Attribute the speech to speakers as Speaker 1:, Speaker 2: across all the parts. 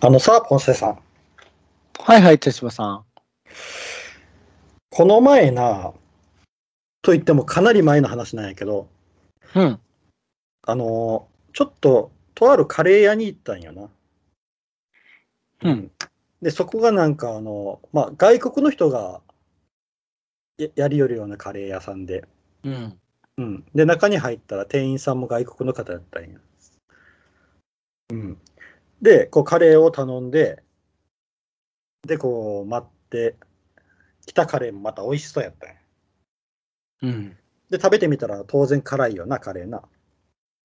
Speaker 1: あのさ、ポンセさん。
Speaker 2: はいはい、手島さん。
Speaker 1: この前な、と言ってもかなり前の話なんやけど、
Speaker 2: うん。
Speaker 1: あのーちょっと、とあるカレー屋に行ったんやな。
Speaker 2: うん。
Speaker 1: で、そこがなんか、あのまあ、外国の人がややりよるようなカレー屋さんで、
Speaker 2: うん。
Speaker 1: うん。で、中に入ったら店員さんも外国の方だったんや。うん。で、こう、カレーを頼んで、で、こう、待って、来たカレーもまた美味しそうやったんや。
Speaker 2: うん。
Speaker 1: で、食べてみたら当然辛いよな、カレーな。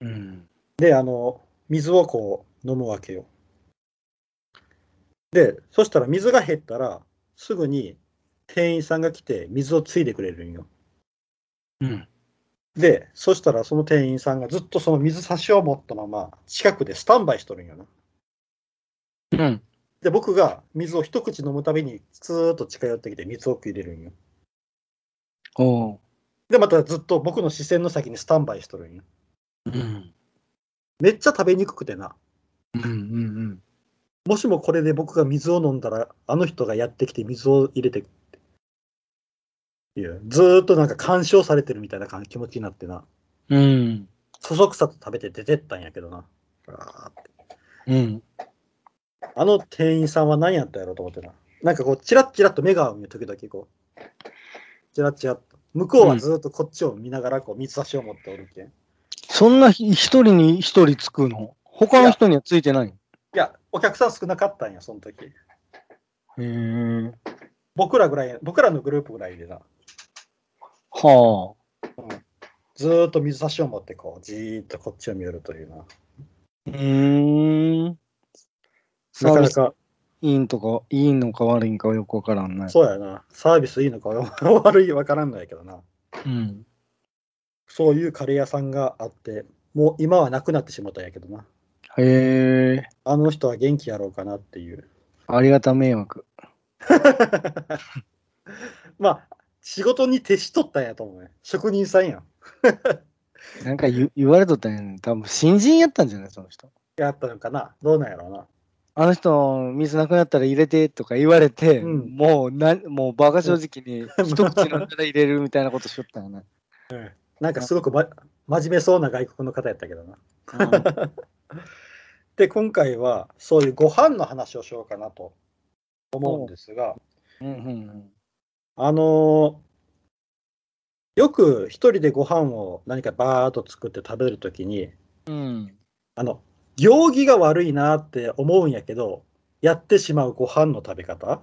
Speaker 2: うん。
Speaker 1: で、あの、水をこう飲むわけよ。で、そしたら水が減ったら、すぐに店員さんが来て水をついでくれるんよ。
Speaker 2: うん。
Speaker 1: で、そしたらその店員さんがずっとその水差しを持ったまま、近くでスタンバイしとるんよな。
Speaker 2: うん。
Speaker 1: で、僕が水を一口飲むたびに、ずーっと近寄ってきて水を入れるんよ。
Speaker 2: おう。
Speaker 1: で、またずっと僕の視線の先にスタンバイしとるんよ。
Speaker 2: うん。
Speaker 1: めっちゃ食べにくくてな。
Speaker 2: うん。うん。
Speaker 1: もしもこれで僕が水を飲んだら、あの人がやってきて水を入れてくっていう、ずーっとなんか干渉されてるみたいな感じ気持ちになってな、
Speaker 2: うん。
Speaker 1: そそくさと食べて出てったんやけどな。あー
Speaker 2: うん。
Speaker 1: あの店員さんは何やったやろうと思ってな。なんかこう、チラッチラッと目が合うんよ、時々こう。チラッチラッと。向こうはずーっとこっちを見ながら、こう、水差しを持っておるけん。い
Speaker 2: そんなひ一人に一人つくの他の人にはついてない
Speaker 1: や、お客さん少なかったんや、その時。
Speaker 2: へえ。
Speaker 1: 僕らぐらい、僕らのグループぐらいでな。
Speaker 2: は
Speaker 1: ずーっと水差しを持ってこう、じーっとこっちを見よるというな。
Speaker 2: あ。うーん。
Speaker 1: な
Speaker 2: サ
Speaker 1: か
Speaker 2: ービ
Speaker 1: な
Speaker 2: ス
Speaker 1: か、
Speaker 2: いいんとか、いいのか悪いんかよくわからんね。
Speaker 1: そうやな。サービスいいのか 悪いわからんのやけどな。
Speaker 2: うん。
Speaker 1: そういうカレー屋さんがあって、もう今はなくなってしまったんやけどな。
Speaker 2: へえ。
Speaker 1: あの人は元気やろうかなっていう。
Speaker 2: ありがた迷惑。
Speaker 1: まあ、仕事に徹しとったんやと思うね。職人さんやん。
Speaker 2: なんか言言われとったんやね。多分新人やったんじゃないその人。
Speaker 1: やったのかな。どうなんやろうな。
Speaker 2: あの人、水なくなったら入れてとか言われて、
Speaker 1: うん
Speaker 2: もうな、もうバカ正直に一口飲んだら入れるみたいなことしよったよ ね。
Speaker 1: なんかすごく、ま、真面目そうな外国の方やったけどな。
Speaker 2: うん
Speaker 1: で、今回はそういうご飯の話をしようかなと思うんですが、
Speaker 2: うんうん
Speaker 1: あのーよく一人でご飯を何かバーっと作って食べるときに、
Speaker 2: うん。
Speaker 1: あの、行儀が悪いなって思うんやけど、やってしまうご飯の食べ方っ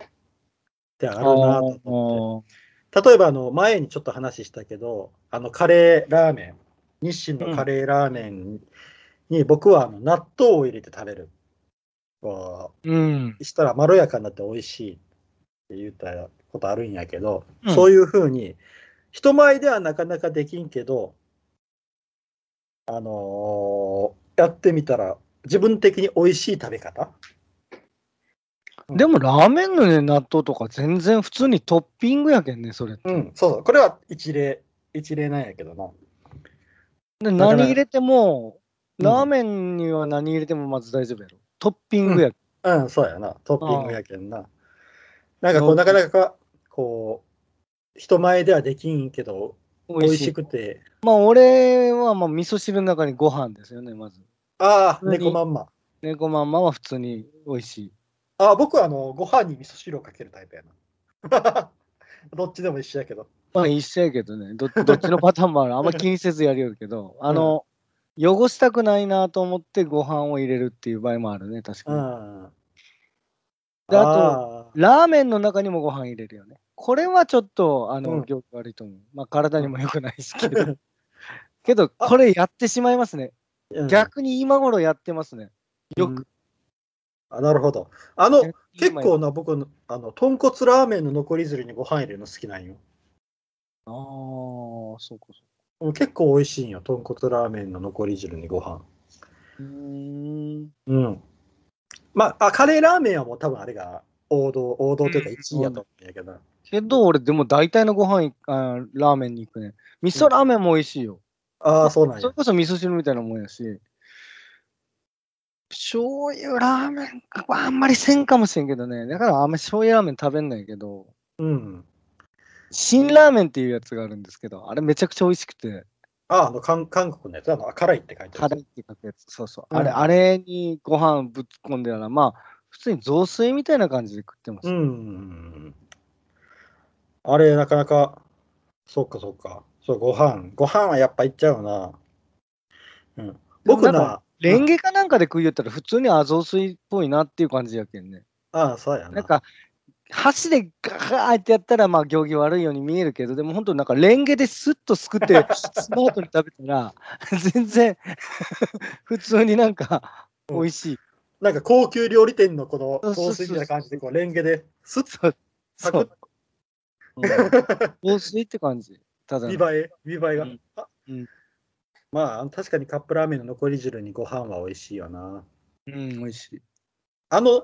Speaker 1: てあるなと思
Speaker 2: お
Speaker 1: って。例えば、あの、前にちょっと話したけど、あの、カレーラーメン、日清のカレーラーメンに僕はあの納豆を入れて食べる。こ
Speaker 2: ーうん。
Speaker 1: うしたらまろやかになって美味しいって言ったことあるんやけど、
Speaker 2: うん
Speaker 1: そういうふうに、人前ではなかなかできんけど、あのーやってみたら、自分的に美味しい食べ方
Speaker 2: でもラーメンのね、納豆とか全然普通にトッピングやけんね、それ。で
Speaker 1: うん、そうそう。これは一例、一例なんやけどな。だから
Speaker 2: 何入れても、
Speaker 1: うん
Speaker 2: ラーメンには何入れてもまず大丈夫やろ。トッピングや。
Speaker 1: うん、そうやな。トッピングやけんな。なんかこう、なかなか、こう、人前ではできんけど、美味しくて、
Speaker 2: まあ、俺はまあ味噌汁の中にご飯ですよね、まず。
Speaker 1: ああ、
Speaker 2: 普通に
Speaker 1: 猫まんま。
Speaker 2: 猫まんまは普通に美味しい。
Speaker 1: ああ、僕はあの、ご飯に味噌汁をかけるタイプやな。 どっちでも一緒やけど。
Speaker 2: まあ一緒やけ どねど、どっちのパターンもある。あんま気にせずやりよるけど、あの、汚したくないなと思ってご飯を入れるっていう場合もあるね、確か
Speaker 1: う
Speaker 2: に。
Speaker 1: ん。
Speaker 2: であ
Speaker 1: と
Speaker 2: とラーメンの中にもご飯入れるよね。これはちょっと、あの、
Speaker 1: うん
Speaker 2: 行儀悪いと思う。まあ体にも良くないしけど。 けど、これやってしまいますね。逆に今頃やってますね。よく。
Speaker 1: あなるほど。あの、結
Speaker 2: 逆に今や
Speaker 1: 構な、僕の、あの、豚骨ラーメンの残り汁にご飯入れるの好きなんよ。
Speaker 2: ああ、そうかそ
Speaker 1: うん結構美味しいんよ、豚骨ラーメンの残り汁にご飯。
Speaker 2: う。うーん。
Speaker 1: うん。まあ、あカレーラーメンはもう多分あれが王道、王道というか1位やと思うんやけど。
Speaker 2: けど、俺、でも大体のご飯いあーラーメンに行くね。味噌ラーメンも美味しいよ。
Speaker 1: ああ、そうなん
Speaker 2: そ
Speaker 1: や
Speaker 2: れ。こそ味噌汁みたいなもんやし、醤油ラーメンはあんまりせんかもしれんけどね。だからあんまり醤油ラーメン食べんないけど、
Speaker 1: うん。
Speaker 2: 辛ラーメンっていうやつがあるんですけど、あれめちゃくちゃ美味しくて、
Speaker 1: あ、あの、韓韓国のやつ、あの、辛いって書いてあ
Speaker 2: 辛い
Speaker 1: る。
Speaker 2: って書くやつ。そうそう。
Speaker 1: うん
Speaker 2: あれ、あれにご飯ぶっ込んでたら、まあ、普通に雑炊みたいな感じで食ってます。
Speaker 1: うん。あれ、なかなか、そっかそっか。そう、ご飯。ご飯はやっぱいっちゃうな。うん。僕
Speaker 2: でもなん
Speaker 1: な、
Speaker 2: レンゲかなんかで食いよったら普通にあ雑炊っぽいなっていう感じやけんね。
Speaker 1: ああ、そうやな。
Speaker 2: なんか、箸でガーってやったら、まあ、行儀悪いように見えるけど、でも本当なんか、レンゲですっとすくって、 スマートに食べたら、全然、普通になんか、
Speaker 1: うん
Speaker 2: 美味しい。
Speaker 1: なんか高級料理店のこの
Speaker 2: そう
Speaker 1: 香
Speaker 2: そうそう
Speaker 1: 水みたいな感じで、こう、レンゲで、スッと
Speaker 2: そう。
Speaker 1: サ
Speaker 2: そ
Speaker 1: クッ
Speaker 2: う。 うん、香水って感じ。ただの
Speaker 1: 見栄、え、見栄えが。
Speaker 2: うん
Speaker 1: あ
Speaker 2: うん
Speaker 1: まあ、確かにカップラーメンの残り汁にご飯は美味しいよな。
Speaker 2: うん、美味しい。
Speaker 1: あの
Speaker 2: う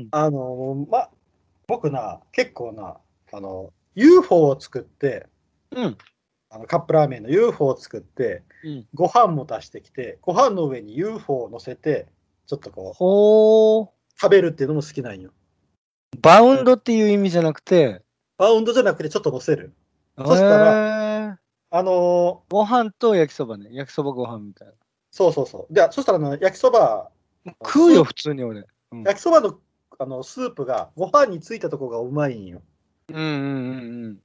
Speaker 2: ん、
Speaker 1: あの、ま、僕な、結構な、あの、UFO を作って、
Speaker 2: うん。
Speaker 1: あのカップラーメンの UFO を作って、
Speaker 2: うん、
Speaker 1: ご飯も足してきて、ご飯の上に UFO を乗せて、ちょっとこう、
Speaker 2: ほー。
Speaker 1: 食べるっていうのも好きなんよ。
Speaker 2: バウンドっていう意味じゃなくて、
Speaker 1: バウンドじゃなくて、ちょっと乗せる。そした
Speaker 2: ら、
Speaker 1: あの
Speaker 2: ご飯と焼きそばね。焼きそばご飯みたいな。
Speaker 1: そうそうそう。で、そしたらあの、焼きそば、
Speaker 2: 食うよ、普通に俺。うん
Speaker 1: 焼きそばのあのスープがご飯についたとこがうまいんよ。
Speaker 2: うんうんうんうん。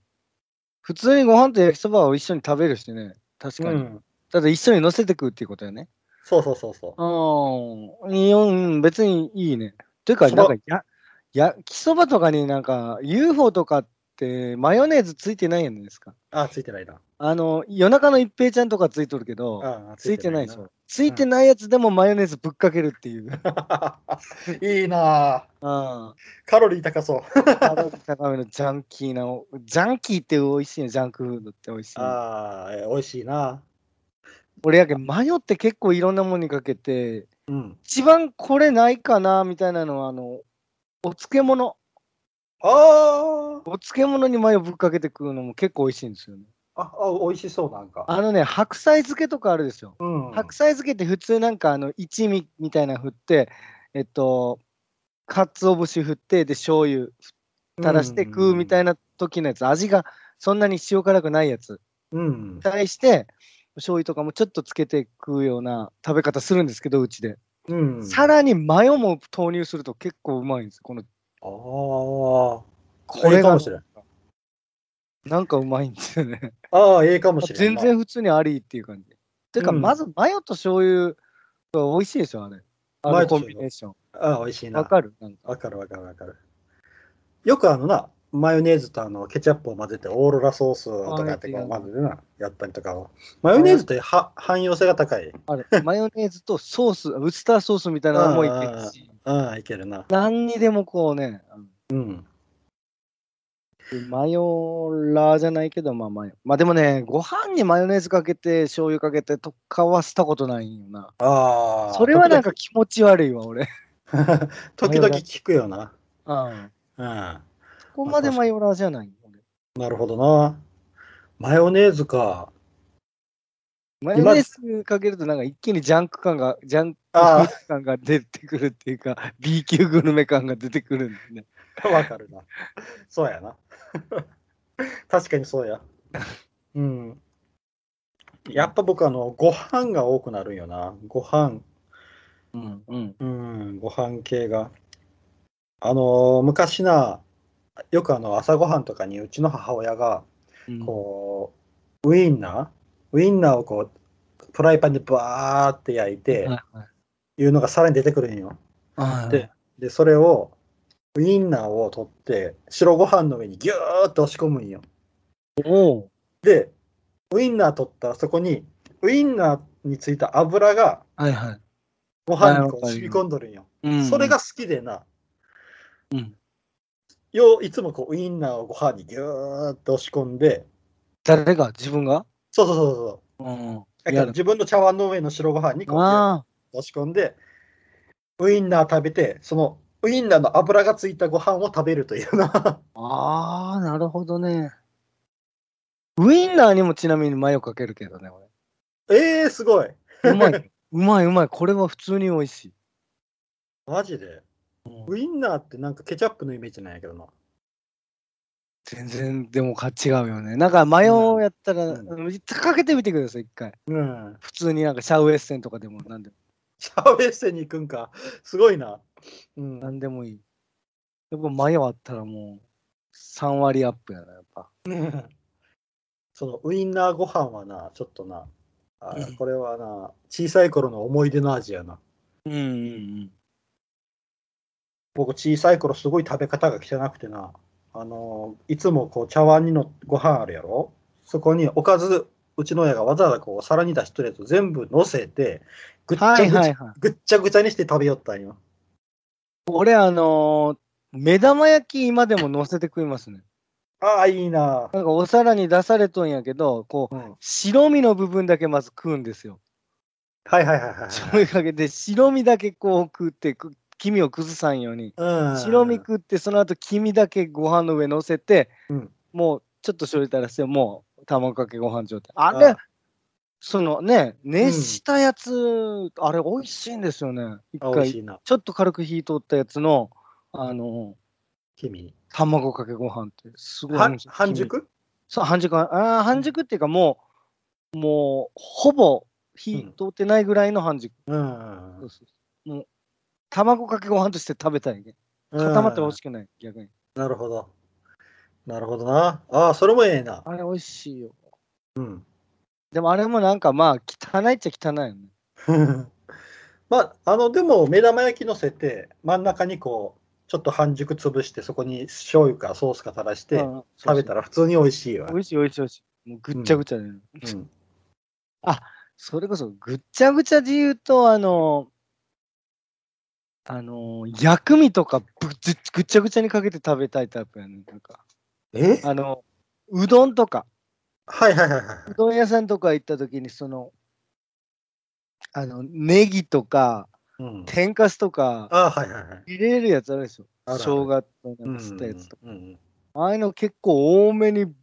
Speaker 2: 普通にご飯と焼きそばを一緒に食べるしね。確かに。
Speaker 1: うん
Speaker 2: ただ一緒に乗せて食うっていうことよね。
Speaker 1: そうそうそうそう。
Speaker 2: うん。いいようん、別にいいね。というか、
Speaker 1: そば
Speaker 2: なんかや、焼きそばとかになんか、UFO とかってマヨネーズついてないやないですか。
Speaker 1: あ、ついてないな。
Speaker 2: あの、夜中の一平ちゃんとかついとるけど、
Speaker 1: あ
Speaker 2: ついてないでしょ。つ
Speaker 1: い
Speaker 2: いてないやつでもマヨネーズぶっかけるっていう。 うん。
Speaker 1: いいなあ
Speaker 2: あ
Speaker 1: カロリー高そう。
Speaker 2: の高めのジャンキーな、ジャンキーって美味しいね、ジャンクフードって美味しいね。
Speaker 1: ああ、え美味しいな。
Speaker 2: 俺やけんマヨって結構いろんなものにかけて
Speaker 1: うん。
Speaker 2: 一番これないかなみたいなのはあのお漬物
Speaker 1: あ
Speaker 2: お漬物にマヨぶっかけて食うのも結構美味しいんですよね
Speaker 1: あ、あ、美味しそうなんか。
Speaker 2: あのね白菜漬けとかあるでしょ、
Speaker 1: うん。
Speaker 2: 白菜漬けって普通なんかあの一味みたいなの振ってえっとかつお節振ってで醤油垂らして食うみたい
Speaker 1: な。
Speaker 2: な時のやつ味がそんなに塩辛くないやつ
Speaker 1: うん。
Speaker 2: 対して醤油とかもちょっとつけて食うような食べ方するんですけどうちで
Speaker 1: うん。
Speaker 2: さらにマヨも投入すると結構うまいんですこの
Speaker 1: ああ。こ
Speaker 2: こ
Speaker 1: れ
Speaker 2: れ
Speaker 1: か
Speaker 2: が
Speaker 1: もしれん。
Speaker 2: なんかうまいんですよね。
Speaker 1: ああ、ええかもしれん
Speaker 2: 全
Speaker 1: な。
Speaker 2: 然普通にありっていう感じ。てか、
Speaker 1: うん
Speaker 2: まずマヨと醤油が美味しいでしょ、あれ。あ
Speaker 1: マヨ
Speaker 2: の
Speaker 1: と
Speaker 2: コン
Speaker 1: 醤油
Speaker 2: ビネーション。
Speaker 1: ああ、美味しいな。
Speaker 2: わかるなんか。
Speaker 1: わかるわかるわかる。よくあのな、マヨネーズとあのケチャップを混ぜてオーロラソースとかやってこ
Speaker 2: あや
Speaker 1: う
Speaker 2: ってやる
Speaker 1: 混ぜてな、やったりとかは。マヨネーズっては汎用性が高い。
Speaker 2: ある マヨネーズとソース、ウスターソースみたいなのもいけるし、
Speaker 1: ああ、いけるな。
Speaker 2: 何にでもこうね、
Speaker 1: うん。
Speaker 2: うんマヨラーじゃないけど、まあマヨ。まあでもね、ご飯にマヨネーズかけて、醤油かけてとかはしたことないんよな。
Speaker 1: ああ。
Speaker 2: それはなんか気持ち悪いわ、俺。
Speaker 1: 時々 時々聞くよな。
Speaker 2: うん。
Speaker 1: うん。
Speaker 2: ここまでマヨラーじゃないよ、俺。
Speaker 1: なるほどな。マヨネーズか。
Speaker 2: マヨネーズかけるとなんか一気にジャンク感が、ジャンク
Speaker 1: あ
Speaker 2: 感が出てくるっていうか、B 級グルメ感が出てくるんでね。
Speaker 1: あ、 わかるな。そうやな。 確かにそうや。うん。やっぱ僕あの、ご飯が多くなるんよな。ご飯。
Speaker 2: うんうん。
Speaker 1: うん、ご飯系が。あのー昔な、よくあの朝ごはんとかにうちの母親が、こう、ウインナーウインナーをこう、フライパンでバーって焼いて、
Speaker 2: はいはい
Speaker 1: いうのが皿に出てくるんよ。
Speaker 2: はい
Speaker 1: で、で、それを、ウインナーを取って、白ご飯の上にギューッと押し込むんよ。
Speaker 2: おう
Speaker 1: で、ウインナー取ったらそこに、ウインナーについた油が
Speaker 2: はいはい。
Speaker 1: ご飯にこう
Speaker 2: はいわかるよ
Speaker 1: 染み込んどるんよ。
Speaker 2: うん
Speaker 1: それが、好きでな。
Speaker 2: うん
Speaker 1: よういつもこうウインナーをご飯にぎゅーっと押し込んで、
Speaker 2: 誰が自分が
Speaker 1: そうそうそうそう。
Speaker 2: うん。
Speaker 1: だか
Speaker 2: い
Speaker 1: ら
Speaker 2: や
Speaker 1: 自分の茶碗の上の白ご飯にこうギューッ
Speaker 2: あ
Speaker 1: と押し込んで、ウインナー食べて、そのウインナーの油がついたご飯を食べるというな。
Speaker 2: あ、ああ、なるほどね。ウインナーにもちなみにマヨかけるけどね、
Speaker 1: えー、すごい。
Speaker 2: 俺。うまい。うまいうまい。これは普通に美味しい。
Speaker 1: マジで。ウインナーってなんかケチャップのイメージなんやけどな。
Speaker 2: 全然、でもか違うよね。なんか、マヨやったら、
Speaker 1: うん
Speaker 2: うんかけてみてください、一回。
Speaker 1: うん。
Speaker 2: 普通になんか、シャウエッセンとかでも、なんでも
Speaker 1: シャウエッセンに行くんか。すごいな。うん。
Speaker 2: なんでもいい。やっぱ、マヨあったらもう、3割アップやな、やっぱ。
Speaker 1: そのウインナーご飯はな、ちょっとな、あーこれはな、小さい頃の思い出の味やな。
Speaker 2: うんうん
Speaker 1: 僕、小さい頃すごい食べ方が汚くてな、あのーいつもこう茶碗にのご飯あるやろそこにおかず、うちの親がわざわざこう皿に出しとるやつを全部乗せて、ぐっちゃぐ
Speaker 2: は
Speaker 1: ちゃ,、
Speaker 2: いはいはい。
Speaker 1: ぐっちゃぐちゃにして食べよったんよ。
Speaker 2: 俺、あのー目玉焼き今でも乗せて食いますね。
Speaker 1: ああ、いいな。
Speaker 2: なんかお皿に出されとんやけど、こう、
Speaker 1: うん、はい
Speaker 2: 白身の部分だけまず食うんですよ。
Speaker 1: はいはいはいはい。
Speaker 2: 醤油かけて、白身だけこう食って、く黄身を崩さんように。
Speaker 1: うん、
Speaker 2: 白身食って、その後黄身だけご飯の上乗せて、
Speaker 1: うん
Speaker 2: もうちょっと醤油垂らして、もう卵かけご飯状態。
Speaker 1: あ
Speaker 2: あれ、そのね、熱したやつ、あれ美味しいんですよね。一
Speaker 1: あ美味し
Speaker 2: 回、
Speaker 1: いな、
Speaker 2: ちょっと軽く火通ったやつの、あの、
Speaker 1: 君。
Speaker 2: 卵かけご飯って、すごい
Speaker 1: は
Speaker 2: 面白い
Speaker 1: 半熟
Speaker 2: そう、半熟は、あー半熟っていうかもう、もう、ほぼ火通ってないぐらいの半熟。
Speaker 1: うん
Speaker 2: そうそうそうもう、卵かけご飯として食べたいね。固まってほしくない、逆に。
Speaker 1: なるほど。なるほどな。ああ、それもええな。
Speaker 2: あれ、美味しいよ。
Speaker 1: うん。
Speaker 2: でもあれもなんかまあ、汚いっちゃ汚いよね。
Speaker 1: まあ、あの、でも、目玉焼き乗せて、真ん中にこう、ちょっと半熟潰して、そこに醤油かソースか垂らして、
Speaker 2: うん
Speaker 1: 食べたら普通に美味しいわ。
Speaker 2: 美味しい、美味しい、美味しい。もうぐっちゃぐちゃだよね。
Speaker 1: うん
Speaker 2: それこそ、ぐっちゃぐちゃで言うと、あの、あの、薬味とかぶっちぐっちゃぐちゃにかけて食べたいタイプやね。なんか、
Speaker 1: え
Speaker 2: あの、うどんとか。
Speaker 1: はいはいはいは
Speaker 2: うどん屋さんとか行った時にそのあのネギとか
Speaker 1: い。うん、
Speaker 2: 天かすとか
Speaker 1: ああ、はいはいはい。
Speaker 2: 入れるやつあるでしょ
Speaker 1: あるある
Speaker 2: 生姜と
Speaker 1: う
Speaker 2: なん
Speaker 1: ん
Speaker 2: かすったやつとか、
Speaker 1: うん
Speaker 2: ああいうの結構多めに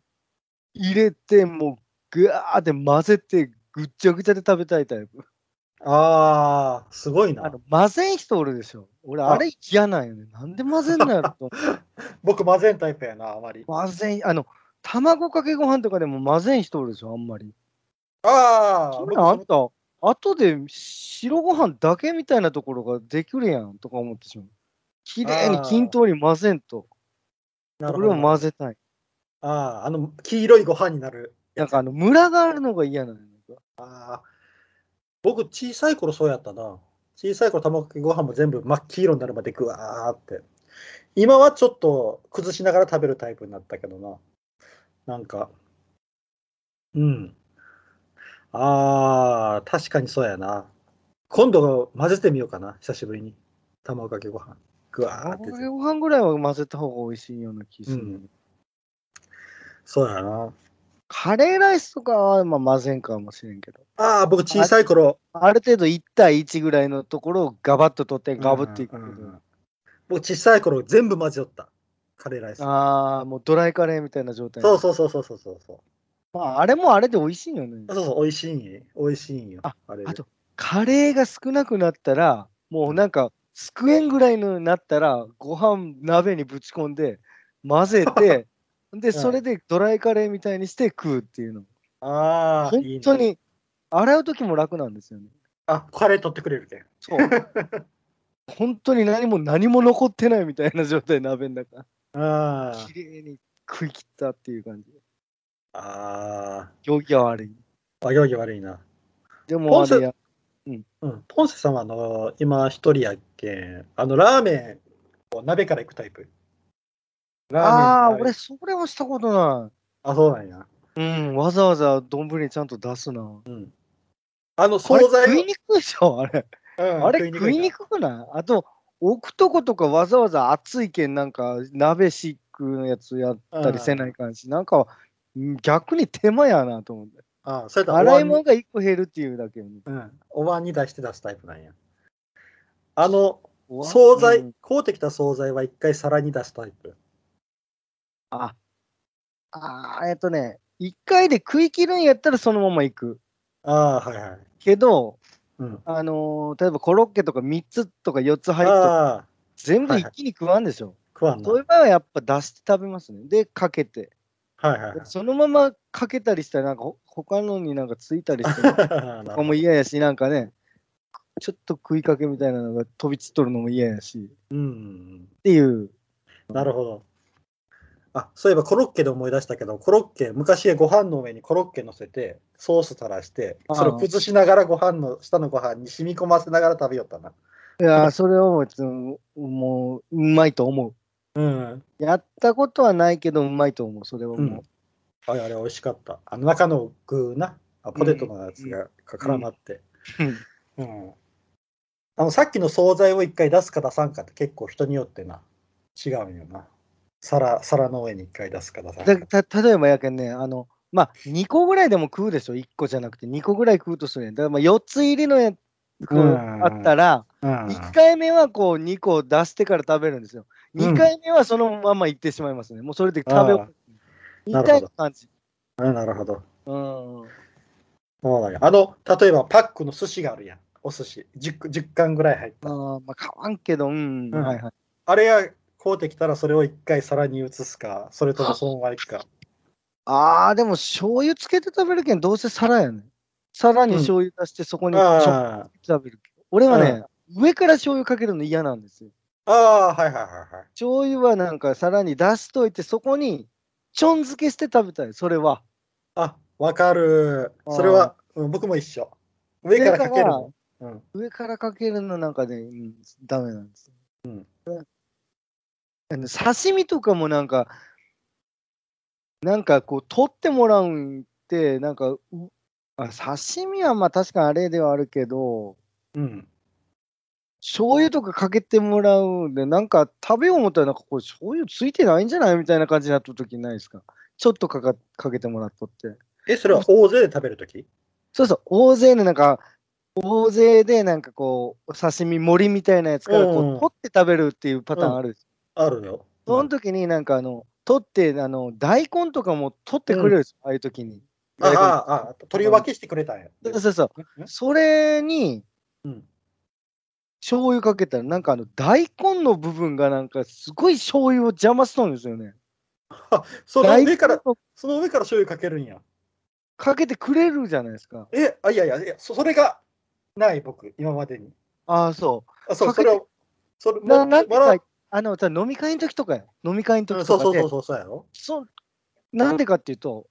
Speaker 2: 入れてもうぐわーって混ぜてぐっちゃぐちゃで食べたいタイプ
Speaker 1: ああ、すごい
Speaker 2: あ
Speaker 1: な
Speaker 2: の。混ぜん人おるでしょ俺
Speaker 1: あ
Speaker 2: あれ嫌なんよねなんで混ぜんのやろ と思う
Speaker 1: 僕、混ぜんタイプやな、あまり。
Speaker 2: 混ぜんあの卵かけご飯とかでも混ぜん人おるでしょあんまり
Speaker 1: ああ、
Speaker 2: そん
Speaker 1: 僕
Speaker 2: なんあんた、後で白ご飯だけみたいなところができるやんとか思ってしまう。綺麗に均等に混ぜんと。
Speaker 1: なるほ
Speaker 2: 俺
Speaker 1: ど
Speaker 2: も混ぜたい。
Speaker 1: ああ、あの、黄色いご飯になる。
Speaker 2: なんかあの、ムラがあるのが嫌なのよ。
Speaker 1: 僕、小さい頃そうやったな。小さい頃、卵かけご飯も全部真っ黄色になるまでグワーって。今はちょっと崩しながら食べるタイプになったけどな。なんか、うん。あー、確かにそうやな。今度混ぜてみようかな、久しぶりに。卵かけご飯。グワーっ
Speaker 2: 卵かけ
Speaker 1: て。
Speaker 2: ご飯ぐらいは混ぜた方が美味しいような気す
Speaker 1: う
Speaker 2: る。
Speaker 1: ん。そうやな。
Speaker 2: カレーライスとかはまあ混ぜんかもしれんけど。
Speaker 1: あー、僕、小さい頃、
Speaker 2: ある程度1対1ぐらいのところをガバッと取ってガブっていく
Speaker 1: うん
Speaker 2: け
Speaker 1: うんう
Speaker 2: ど
Speaker 1: ん。僕小さい頃全部混ぜよったカレーライス
Speaker 2: ああ、もうドライカレーみたいな状態。
Speaker 1: そうそうそうそうそうそうそう
Speaker 2: まあ、あれもあれで美味しいよね。
Speaker 1: そうそう美味しいんよ美味しいんよあれ
Speaker 2: あとカレーが少なくなったら、もうなんか、すくえんぐらいのになったら、ご飯鍋にぶち込んで、混ぜて、 で、それでドライカレーみたいにして食うっていうの。
Speaker 1: ああ
Speaker 2: 本当
Speaker 1: いいね
Speaker 2: に、洗う時も楽なんですよね。
Speaker 1: あカレー取ってくれるけん
Speaker 2: そう。 本当に何も何も残ってないみたいな状態、鍋の中。
Speaker 1: あー
Speaker 2: 綺麗に食い切ったっていう感じ。
Speaker 1: あ
Speaker 2: 行儀は悪い。
Speaker 1: ーあ行儀悪いな
Speaker 2: で
Speaker 1: ポ
Speaker 2: も、あ
Speaker 1: ンセ
Speaker 2: れや、
Speaker 1: うんポンセさんはあの今一人やっけんあのラーメンを鍋からいくタイプラ
Speaker 2: ああ
Speaker 1: ーメン
Speaker 2: ー、俺、それはしたことな
Speaker 1: あそうなんや
Speaker 2: い。うん、わざわざ丼にちゃんと出すな。
Speaker 1: あの
Speaker 2: あれ
Speaker 1: 惣菜を
Speaker 2: 食いにくいでしょ、あれ。
Speaker 1: うん
Speaker 2: あれ食いに
Speaker 1: く
Speaker 2: くくないあと、置くとことかわざわざ熱いけん、なんか鍋シックのやつやったりせないかんし、なんかん逆に手間やなと思って。
Speaker 1: なあーそれとはお
Speaker 2: 洗い
Speaker 1: 椀に
Speaker 2: 物が1個減るっていうだけに。
Speaker 1: うんお椀に出して出すタイプなんやあの
Speaker 2: うわ
Speaker 1: 惣菜、
Speaker 2: うん
Speaker 1: 買うてきた惣菜は一回皿に出すタイプ。
Speaker 2: あ、あーえっとね、1回で食い切るんやったらそのまま行く。
Speaker 1: ああ、はいはい。
Speaker 2: けど、
Speaker 1: うん。
Speaker 2: あのー例えばコロッケとか3つとか4つ入って
Speaker 1: ああ、
Speaker 2: 全部
Speaker 1: はい
Speaker 2: 一
Speaker 1: はい
Speaker 2: 気に食わんでしょ。
Speaker 1: 食わんな。
Speaker 2: そう
Speaker 1: はい
Speaker 2: いう場合はやっぱ出して食べますね。で、かけて。
Speaker 1: はいはい。
Speaker 2: そのままかけたりしたら、なんかほ他のになんかついたりして、と
Speaker 1: なる
Speaker 2: か
Speaker 1: ほど
Speaker 2: も嫌やし、なんかね、ちょっと食いかけみたいなのが飛び散っとるのも嫌やし、っ
Speaker 1: うん。
Speaker 2: ていう。
Speaker 1: なるほど。あ、そういえばコロッケで思い出したけど、コロッケ、昔ご飯の上にコロッケ乗せて、ソース垂らして、それを崩しながらご飯の、下のご飯に染み込ませながら食べよったな。
Speaker 2: いやー、それをもう、うまいと思う。
Speaker 1: うん。
Speaker 2: やったことはないけど、うまいと思う。それはもう。
Speaker 1: うんあれ、あれ、美味しかった。あの中の具な、あポテトのやつが絡まって。
Speaker 2: うん
Speaker 1: うん。あの、さっきの惣菜を一回出すか出さんかって結構人によってな、違うんよな。皿、皿の上に一回出すか出さんか。
Speaker 2: だた例えばやけんね、あの、まあ、2個ぐらいでも食うでしょ、1個じゃなくて、2個ぐらい食うとするやん。だからまあ4つ入りのやつ
Speaker 1: うん
Speaker 2: あったら、
Speaker 1: うん
Speaker 2: 1回目はこう2個出してから食べるんですよ。
Speaker 1: うん
Speaker 2: 2回目はそのまま行ってしまいますね。もうそれで食べよう。み
Speaker 1: あー
Speaker 2: たいな感じ。
Speaker 1: うんなるほど。
Speaker 2: うん。はい
Speaker 1: そうなんやあの、例えばパックの寿司があるやん。お寿司。10, 個10貫ぐらい入っ
Speaker 2: あ
Speaker 1: た。
Speaker 2: ーまあ、買わんけど、うん。
Speaker 1: うん
Speaker 2: はいはい。
Speaker 1: あれが買うてきたらそれを一回皿に移すか、それともそのままいくか。
Speaker 2: ああ、でも醤油つけて食べるけん、どうせ皿やねん。皿に醤油出して、そこにちょっと
Speaker 1: あー
Speaker 2: 食べるけん。俺はね、上から醤油かけるの嫌なんですよ。
Speaker 1: あー、はいはいはいはい。
Speaker 2: 醤油はなんか皿に出しといてそこにちょん漬けして食べたいそれは
Speaker 1: あ、わかる。
Speaker 2: あー
Speaker 1: それは、うん、僕も一緒。上からかけるの。うん、
Speaker 2: 上からかけるのなんかね、うん、ダメなんですよ、
Speaker 1: うん
Speaker 2: あの刺身とかもなんかなんかこう取ってもらうんってなんかうあ刺身はまあ確かにあれではあるけど
Speaker 1: うん。
Speaker 2: 醤油とかかけてもらうんでなんか食べよう思ったらなんかこれ醤油ついてないんじゃないみたいな感じになった時ないですかちょっとかかかけてもらっとって
Speaker 1: え、それは大勢で食べるとき
Speaker 2: そうそう、大勢のなんか、大勢でなんかこう、お刺身盛りみたいなやつからこう、
Speaker 1: うんうん
Speaker 2: 取って食べるっていうパターンある。
Speaker 1: あるよ。
Speaker 2: その時になんかあの、取って、あの、大根とかも取ってくれるんですよ、ああいう時に。
Speaker 1: あ
Speaker 2: 大根
Speaker 1: あ、あ取り分けしてくれたんや。
Speaker 2: そうそうそう。それに、
Speaker 1: うん
Speaker 2: 醤油かけたら、なんかあの、大根の部分がなんか、すごい醤油を邪魔しとるんですよね。
Speaker 1: その
Speaker 2: 大
Speaker 1: 上
Speaker 2: 根
Speaker 1: から、
Speaker 2: を
Speaker 1: その上から醤油かけるんや。
Speaker 2: かけてくれるじゃないですか。
Speaker 1: え、あ、いやいや、いやそそれがない、僕、今までに。
Speaker 2: ああ、そ
Speaker 1: あ、そう、
Speaker 2: か
Speaker 1: そ
Speaker 2: けて
Speaker 1: れを、それ
Speaker 2: う。ななんて
Speaker 1: もら
Speaker 2: か、あの、飲み会の時とかや。飲み会の
Speaker 1: うん
Speaker 2: 時
Speaker 1: そ
Speaker 2: と
Speaker 1: うそ
Speaker 2: か
Speaker 1: う
Speaker 2: で
Speaker 1: そう、そうそうやろ。
Speaker 2: そうなんでかっていうと、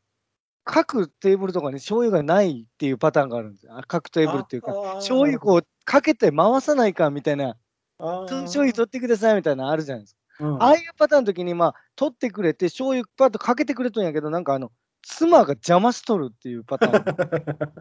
Speaker 2: 各テーブルとかに醤油がないっていうパターンがあるんですよ。あ各テーブルっていうか、
Speaker 1: あー
Speaker 2: 醤油こうかけて回さないかみたいな、
Speaker 1: あー
Speaker 2: 醤油取ってくださいみたいなのあるじゃないですか。
Speaker 1: うん
Speaker 2: ああいうパターンの時に、まあ、取ってくれて、醤油パッとかけてくれとんやけど、なんかあの、妻が邪魔しとるっていうパターン。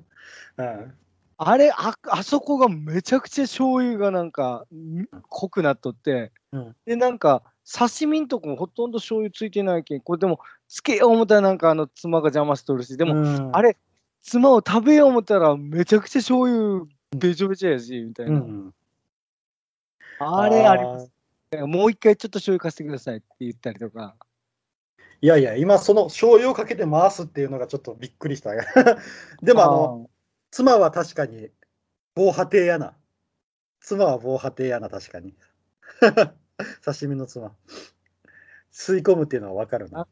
Speaker 1: うん
Speaker 2: あれあ、あそこがめちゃくちゃ醤油がなんかん濃くなっとって、
Speaker 1: うん
Speaker 2: で、なんか刺身んとこもほとんど醤油ついてないけん、これでもつけよう思ったらなんかあの妻が邪魔しとるし、でも、
Speaker 1: うん
Speaker 2: あれ、妻を食べよう思ったら、めちゃくちゃ醤油べちょべちょやし、みたいうな。
Speaker 1: ん
Speaker 2: あれあります。もう一回ちょっと醤油貸してくださいって言ったりとか。
Speaker 1: いやいや、今、その醤油をかけて回すっていうのがちょっとびっくりした。 で
Speaker 2: で
Speaker 1: も、あの、妻は確かに、防波堤やな。妻は防波堤やな、確かに。 刺身の妻。吸い込むっていうのはわかるな。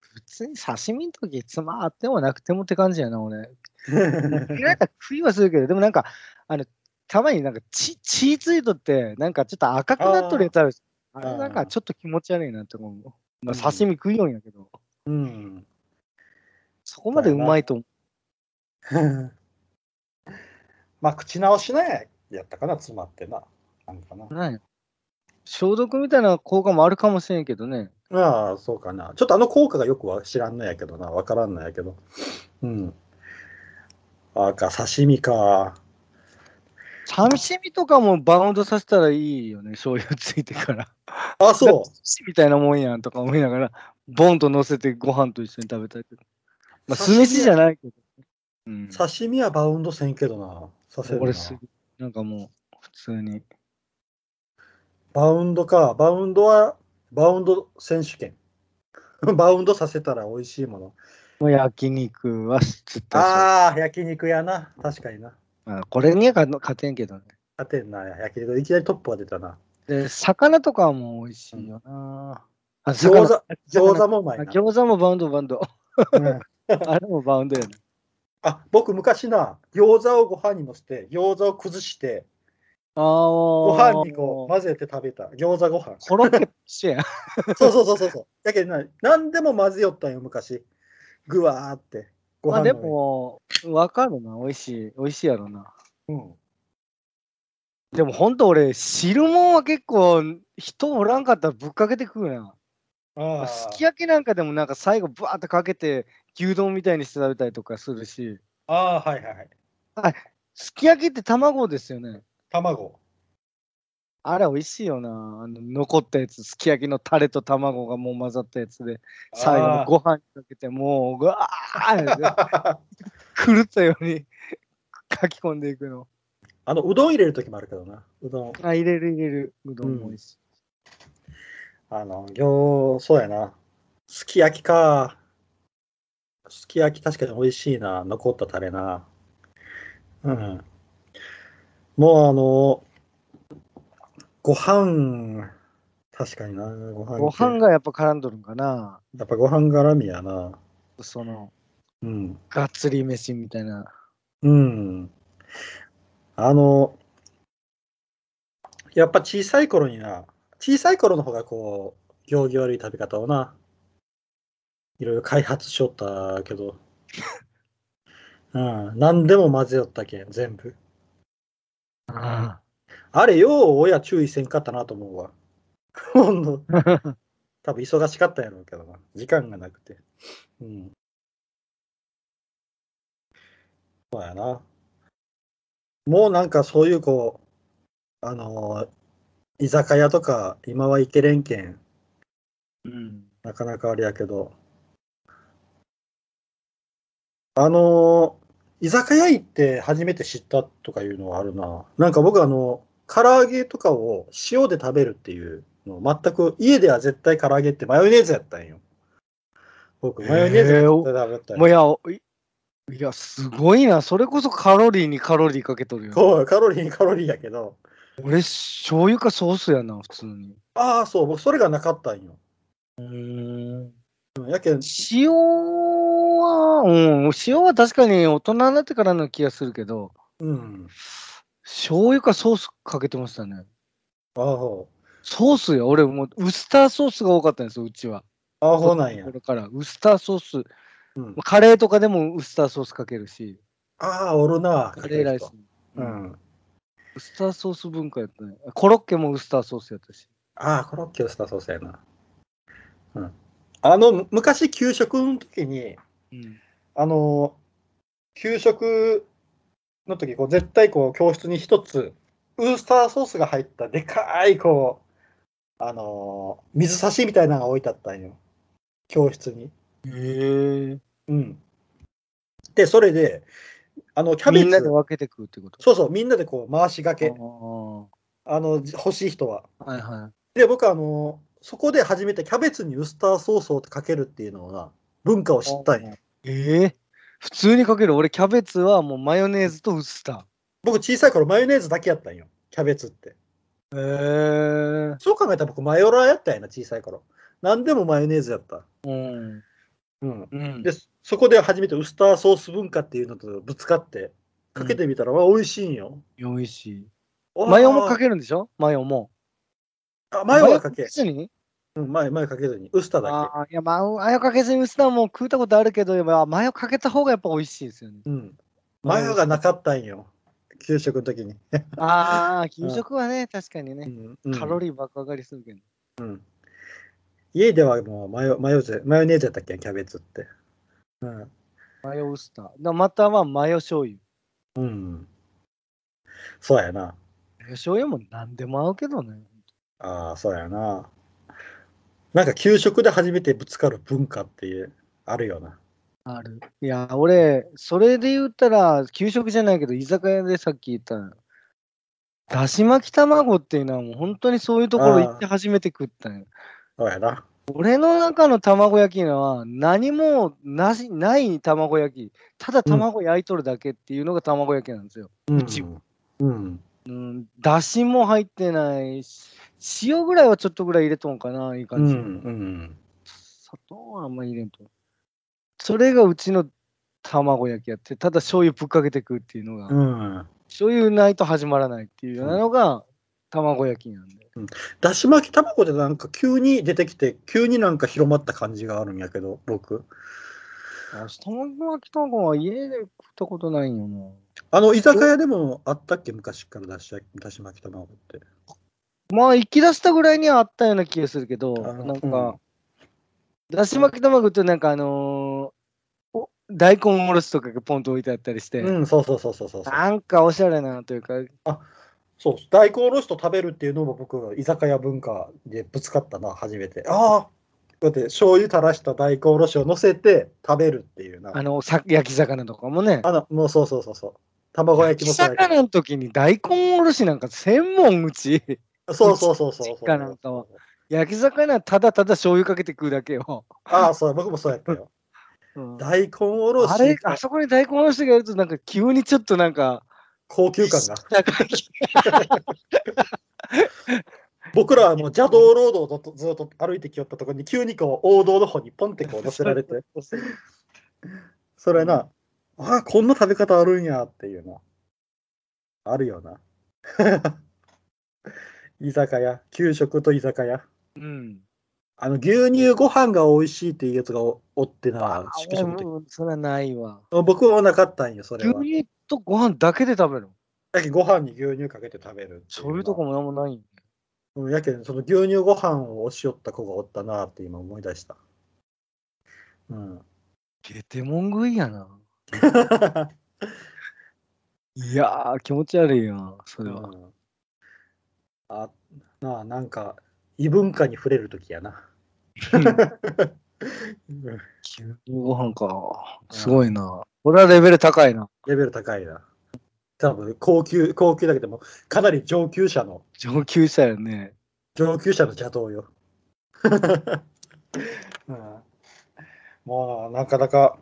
Speaker 2: 普通に刺身の時、妻あってもなくてもって感じやな、 俺。嫌いだ食いはするけど、でもなんか、あの、たまになんか血、血ついとって、なんかちょっと赤くなっとるやつあるしあれなんかちょっと気持ち悪いなって思う。まあ、刺身食いようんやけど、
Speaker 1: うん。
Speaker 2: そこまでうまいと思う。
Speaker 1: まあ、口直しね、やったかな、妻ってな。なんかな。
Speaker 2: ない消毒みたいな効果もあるかもしれんけどね。
Speaker 1: ああ、そうかな。ちょっとあの効果がよくは知らんのやけどな、わからんのやけど。うん。ああか、刺身か。
Speaker 2: 刺身とかもバウンドさせたらいいよね、醤油ついてから。
Speaker 1: あそ
Speaker 2: 寿司みたいなもんやんとか思いながら、ボンと乗せてご飯と一緒に食べたいけど。まあ、
Speaker 1: 刺
Speaker 2: 酢
Speaker 1: 身
Speaker 2: 飯じゃないけど。うん
Speaker 1: う。、刺身はバウンドせんけどな。させるな
Speaker 2: 俺すなんかもう、普通に。
Speaker 1: バウンドか。バウンドは、バウンド選手権。 バウンドさせたら美味しいもの。
Speaker 2: もう焼肉は絶対そう
Speaker 1: ああ、焼肉やな。確かにな。
Speaker 2: あこれには勝てんけどね。
Speaker 1: 勝てんな、焼き肉。いきなりトップが出たな。
Speaker 2: で、魚とかも美味しいよな。あ、
Speaker 1: 餃
Speaker 2: 魚
Speaker 1: 子、餃子もうまい
Speaker 2: あ
Speaker 1: な。
Speaker 2: 餃子もバウンドバ ウンド。
Speaker 1: うん
Speaker 2: あれもバウンドやね。
Speaker 1: あ、僕昔な、餃子をご飯にのせて、餃子を崩して、
Speaker 2: ああ。
Speaker 1: ご
Speaker 2: ご
Speaker 1: 飯にこう混ぜて食べた。餃子ご飯。
Speaker 2: コロッケと一緒 やん。
Speaker 1: そうそうそうそう そう。だけどな、何でも混ぜよったんよ、昔。ぐわーって。ご
Speaker 2: まあ
Speaker 1: 飯の
Speaker 2: で
Speaker 1: 上に
Speaker 2: も、わかるな。美味しい。美味しいやろな。
Speaker 1: うん、
Speaker 2: でもほんと俺、汁もんは結構、人おらんかったらぶっかけて食うやん。
Speaker 1: ああ、
Speaker 2: すき焼きなんかでもなんか最後ブワーッとかけて、牛丼みたいにして食べたりとかするし、
Speaker 1: ああ、はいはいはい。
Speaker 2: すき焼きって卵ですよね。
Speaker 1: 卵。
Speaker 2: あれ美味しいよな。あの残ったやつ、すき焼きのタレと卵がもう混ざったやつで、最後のご飯にかけて、もう、ぐわ ー
Speaker 1: あー
Speaker 2: 狂ったように 書き込んでいくの。
Speaker 1: あの、うどん入れる時もあるけどな。うどん。
Speaker 2: あ、入れる入れる。うどんも美味しい。
Speaker 1: あの、餃そうやな。すき焼きか。すき焼き確かに美味しいな。残ったタレな。うん。もうあの、ご飯、確かにな。ご飯
Speaker 2: ご飯
Speaker 1: が。
Speaker 2: がやっぱ絡んどるんかな。
Speaker 1: やっぱご飯絡みやな。
Speaker 2: その、
Speaker 1: うん。
Speaker 2: がっつり飯みたいな。
Speaker 1: うん。あの、やっぱ小さい頃にな、小さい頃の方がこう、行儀悪い食べ方をな、いろいろ開発しよったけど、 うん、何でも混ぜよったけん、全部。
Speaker 2: あ
Speaker 1: あれ、よう親注意せんかったなと思うわ。ほんの、多分忙しかったんやろうけどな、時間がなくて。うん。そうやな。もうなんかそういうこう、あのー居酒屋とか今は行けれんけん、
Speaker 2: うん。
Speaker 1: なかなかあれやけど。あのー居酒屋行って初めて知ったとかいうのはあるな。なんか僕あの、唐揚げとかを塩で食べるっていうの、全く家では絶対唐揚げってマヨネーズやったんよ。僕、
Speaker 2: へー
Speaker 1: マヨネーズ絶対食べたん
Speaker 2: もうい
Speaker 1: よ。
Speaker 2: や、おいいや、すごいな。それこそカロリーにカロリーかけとるよね。
Speaker 1: こう、カロリーにカロリーやけど、
Speaker 2: 俺、醤油かソースやな、普通に。
Speaker 1: ああ、そう、僕それがなかったんよ。
Speaker 2: うん。
Speaker 1: うんやけん、
Speaker 2: 塩は、うん、塩は確かに大人になってからの気がするけど、
Speaker 1: うん。
Speaker 2: 醤油かソースかけてましたね。
Speaker 1: ああほ
Speaker 2: ソースや、俺もうウスターソースが多かったんですよ、うちは。
Speaker 1: う。ああほうなんや
Speaker 2: こ。れから、ウスターソース。
Speaker 1: うん、
Speaker 2: カレーとかでもウスターソースかけるし、
Speaker 1: ああ、おるな。
Speaker 2: カレーライス。
Speaker 1: う
Speaker 2: うん
Speaker 1: ん。
Speaker 2: ウスターソース文化やったね。コロッケもウスターソースやったし。
Speaker 1: ああ、コロッケをしたそうやな。うん。あの、む昔、給食の時に、
Speaker 2: うん。
Speaker 1: あの、給食の時、こう、絶対、こう、教室に一つ、ウースターソースが入った、でかい、こう、あのー水差しみたいなのが置いてあったんよ。教室に。
Speaker 2: へえ。
Speaker 1: うん。で、それで、あの、キャベ
Speaker 2: み
Speaker 1: ツ、
Speaker 2: んなで分けて食うってこと
Speaker 1: そうそう、みんなでこう、回しが
Speaker 2: あ
Speaker 1: け、あの、欲しい人は。
Speaker 2: あはいは
Speaker 1: で、僕あの、そこで初めてキャベツにウスターソースをかけるっていうのをな、文化を知ったんよ。
Speaker 2: い。ええ普通にかける。俺、キャベツはもうマヨネーズとウスタ
Speaker 1: 僕小さい頃マヨネーズだけやったんよ。キャベツって。
Speaker 2: ー。へ
Speaker 1: そう考えたら僕マヨラーやったんやな、小さい頃。何でもマヨネーズやった。
Speaker 2: え。うん。
Speaker 1: うん。
Speaker 2: うん
Speaker 1: で、そこで初めてウスターソース文化っていうのとぶつかって、かけてみたら、わ、美味しいんよ。
Speaker 2: 美味しい。マヨもか
Speaker 1: け
Speaker 2: けるんでしょマヨも。
Speaker 1: あ、マヨはかけ
Speaker 2: マ。ずに
Speaker 1: うん、マヨマヨかけずに。ウスターだ
Speaker 2: ああ、いや、マヨマヨかけずにウスターも食ったことあるけど、やっぱマヨかけた方がやっぱ美味しいですよね。
Speaker 1: け。うん。マヨがなかったんよ。給食の時に。
Speaker 2: ああ、給食はね、確かにね、
Speaker 1: うん
Speaker 2: カロリー爆上がりするけど。
Speaker 1: 家ではもうマヨマヨゼマヨネーズやったっけキャベツって。うん。
Speaker 2: マヨウスター。だまたはマヨ醤油。
Speaker 1: うん。そうやな。
Speaker 2: マヨ醤油も何でも合うけどね。
Speaker 1: ああ、そうやな。なんか給食で初めてぶつかる文化っていう、あるよな。
Speaker 2: ある。いや、俺、それで言ったら、給食じゃないけど、居酒屋でさっき言った、だし巻き卵っていうのはもう本当にそういうところ行って初めて食ったんよ。
Speaker 1: そうやな。
Speaker 2: 俺の中の卵焼きのは何もなしない卵焼き、ただ卵焼いとるだけっていうのが卵焼きなんですよ。
Speaker 1: うん
Speaker 2: 一応
Speaker 1: うん。
Speaker 2: うん、だしも入ってないし、塩ぐらいはちょっとぐらい入れとんかな、いい
Speaker 1: うん。
Speaker 2: 感
Speaker 1: う
Speaker 2: じ。
Speaker 1: ん。
Speaker 2: 砂糖はあんま入れんと。それがうちの卵焼きやって、ただ醤油ぶっかけて食うっていうのが、
Speaker 1: うん。
Speaker 2: 醤油ないと始まらないっていうようなのが卵焼きなんで。
Speaker 1: だし巻き卵でなんか急に出てきて、急になんか広まった感じがあるんやけど、僕。
Speaker 2: あ卵焼き卵は家で食ったことないんよな。
Speaker 1: あの、居酒屋でもあったっけ昔からだしだし巻き卵って。
Speaker 2: まあ、行き出したぐらいにはあったような気がするけど、
Speaker 1: あ
Speaker 2: なん
Speaker 1: うん
Speaker 2: か、だし巻き卵ってなんかあのーお大根おろしとかがポンと置いてあったりして、
Speaker 1: うん、そうそうそうそうそうそう。
Speaker 2: なんかおしゃれなというか、
Speaker 1: そう大根おろしと食べるっていうのも僕、居酒屋文化でぶつかったな、初めて。ああだって醤油垂らした大根おろしを乗せて食べるっていうな。
Speaker 2: あの、さ焼き魚とかもね。
Speaker 1: あの、もうそうそうそうそう。卵焼きもそうやけど
Speaker 2: 魚の時に大根おろしなんか専門うち。
Speaker 1: そうそうそうそうそう。
Speaker 2: 実家なんかは焼き魚はただただ醤油かけて食うだけよ。
Speaker 1: ああ、そう、僕もそうやったよ。
Speaker 2: うん
Speaker 1: 大根おろし。
Speaker 2: あれ、あそこに大根おろしがいると、なんか急にちょっとなんか、
Speaker 1: 高級感が。
Speaker 2: 高い
Speaker 1: 僕らはもう邪道労働とずっと歩いてきよったところに、急にこう、王道の方にポンってこう乗せら れて。それな、ああ、こんな食べ方あるんやっていうな。あるよな。 居酒屋、給食と居酒屋。
Speaker 2: うん。
Speaker 1: あの、牛乳ご飯が美味しいっていうやつがおおってな、宿舎の時
Speaker 2: もうそれはないわ。
Speaker 1: 僕もなかったんよ、それ
Speaker 2: 牛
Speaker 1: は。
Speaker 2: 乳とご飯だけで食べるの
Speaker 1: だけどご飯に牛乳かけて食べるってい
Speaker 2: 醤油とか
Speaker 1: も。
Speaker 2: もなんもないん
Speaker 1: うんやけど、その牛乳ご飯を押し寄った子がおったなって今思い出した。うん。
Speaker 2: ゲテモン食いやな。いやー、気持ち悪いよ、それは。
Speaker 1: うんあなあなんか異文化に触れる時やな。うん
Speaker 2: 牛乳ご飯か。すごいな。これはレベル高いな。
Speaker 1: レベル高いな。多分高級高級だけどもかなり上級者の
Speaker 2: 上級者よね。
Speaker 1: 上級者の邪道よ。 うん、もうなかなか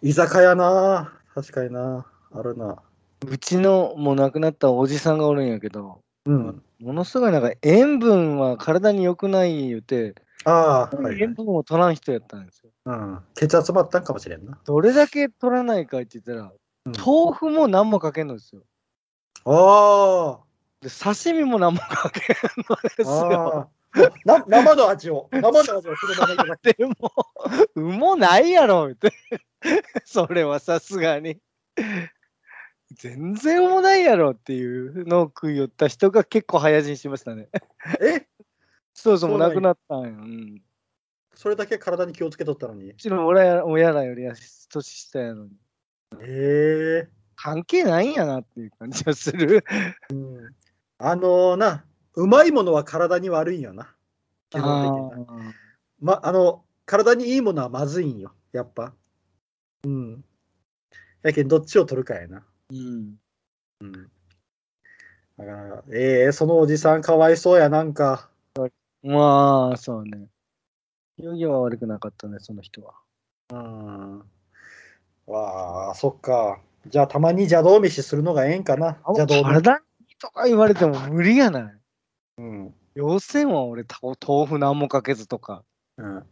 Speaker 1: 居酒屋な確かになあるな。
Speaker 2: うちのもう亡くなったおじさんがおるんやけど、
Speaker 1: うん。
Speaker 2: ものすごいなんか塩分は体に良くない言うて、
Speaker 1: ああ、はい、
Speaker 2: 塩分を取らん人やったんですよ。
Speaker 1: うん。血圧まったんかもしれんな。
Speaker 2: どれだけ取らないかって言ったら、
Speaker 1: うん
Speaker 2: 豆腐も何もかけんのですよ。
Speaker 1: ああ。
Speaker 2: で刺身も何もかけんのですよ。
Speaker 1: あー な生の味を、生の味をそのままいただく。
Speaker 2: でも、うもないやろって。 それはさすがに。全然うもないやろっていうのを食い寄った人が結構早死にしましたね。
Speaker 1: え
Speaker 2: そうそう、
Speaker 1: そう
Speaker 2: もう
Speaker 1: なん
Speaker 2: 亡
Speaker 1: や
Speaker 2: くなったんよ。うん
Speaker 1: それだけ体に気をつけとったのに
Speaker 2: う。ちの親ら親らより年下やのに。
Speaker 1: ええ
Speaker 2: 関係ないんやなっていう感じがする。
Speaker 1: あのな、うまいものは体に悪いんよな。基本的にな。
Speaker 2: あー
Speaker 1: ま、あの、体にいいものはまずいんよ、やっぱ。うん。やけん、どっちを取るかやな。
Speaker 2: うん
Speaker 1: うん。だから、ええそのおじさんかわいそうや、なんか。
Speaker 2: まあ、そうね。容疑は悪くなかったね、その人は。
Speaker 1: うん。わあ、そっか。じゃあ、たまに邪道飯するのがええんかな。邪道飯。
Speaker 2: 体にとか言われても無理やない。
Speaker 1: うん。
Speaker 2: 要せんは俺、た豆腐何もかけずとか。
Speaker 1: うん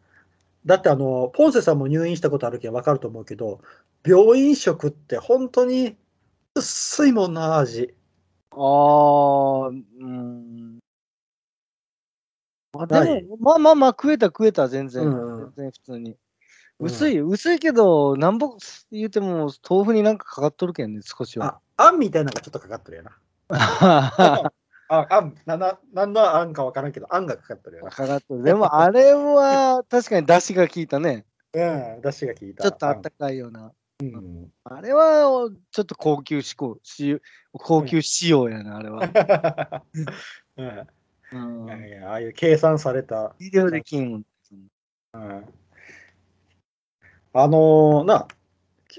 Speaker 1: だってあのポンセさんも入院したことあるけん分かると思うけど病院食って本当に薄いもんな味
Speaker 2: ああ、うん。まあ、
Speaker 1: は
Speaker 2: で
Speaker 1: い
Speaker 2: も、まあまあまあ、食えた食えた、全然。
Speaker 1: うんうん
Speaker 2: 全然普通に。
Speaker 1: うん
Speaker 2: 薄い、薄いけど、なんぼ言うても、豆腐になんかかかっとるけんね、少しは。
Speaker 1: ああんみたいなのがちょっとかかってるよな
Speaker 2: か
Speaker 1: ああんなななんのあんか分からんけどあんがかかってるよ
Speaker 2: かっとる。でも、あれは、確かに出汁が効いたね。
Speaker 1: なうんだしが効いた
Speaker 2: ちょっとあったかいような。
Speaker 1: あんうん、
Speaker 2: あれはおちょっと高級志向、し高級仕様やな、あれは。
Speaker 1: うん
Speaker 2: うん
Speaker 1: いやいやああいう計算された
Speaker 2: ビデオできんもん。
Speaker 1: あのーな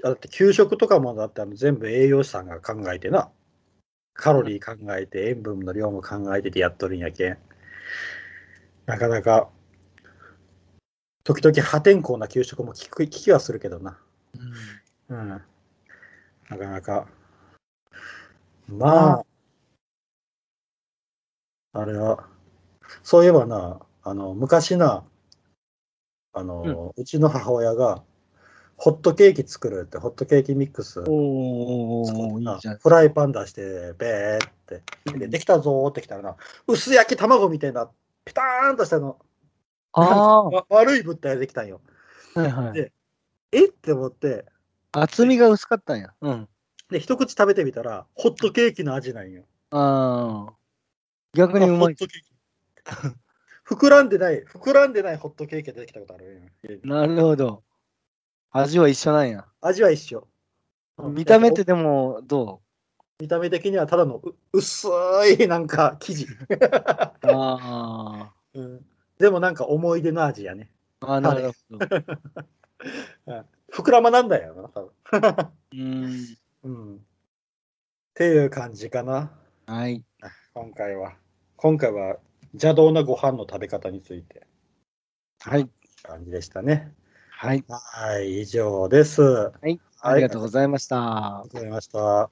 Speaker 1: だって給食とかもだってあの全部栄養士さんが考えてなカロリー考えて塩分の量も考えててやっとるんやけんなかなか時々破天荒な給食も聞く聞きはするけどな。うん。なかなか。まあ、あれは、そういえばな、あの、昔な、あの、うちの母親が、ホットケーキ作るって、ホットケーキミックス
Speaker 2: お
Speaker 1: 作って
Speaker 2: ー、い
Speaker 1: ない
Speaker 2: じゃん。
Speaker 1: フライパン出して、べーって。で、できたぞーってきたらな、薄焼き卵みたいな、ピターンとしたの、
Speaker 2: ああー、
Speaker 1: わ悪い物体ができたんよ。
Speaker 2: はいはい。
Speaker 1: えって思って、
Speaker 2: 厚みが薄かったんや。うん。
Speaker 1: で、一口食べてみたら、ホットケーキの味なんよ。
Speaker 2: ああ。逆にう
Speaker 1: ホ
Speaker 2: ま
Speaker 1: ッ
Speaker 2: い。
Speaker 1: トケーキ。 膨らんでない、膨らんでないホットケーキが出てきたことあるよ。
Speaker 2: なるほど。味は一緒なんや。
Speaker 1: 味は一緒。
Speaker 2: 見た目ってでもど
Speaker 1: 見た目的にはただのう薄いなんか生地、
Speaker 2: うあ
Speaker 1: うんでもなんか思い出の味やね。
Speaker 2: ーあー、なるほど。
Speaker 1: 膨らまなんだよな、多分。
Speaker 2: うん。
Speaker 1: うん。っていう感じかな、
Speaker 2: はい。
Speaker 1: 今回は。今回は邪道なご飯の食べ方について
Speaker 2: はい。
Speaker 1: 感じでしたね。
Speaker 2: はい。
Speaker 1: はい、以上です。はい、
Speaker 2: ありがと
Speaker 1: あ
Speaker 2: うございました。
Speaker 1: りがとうございました。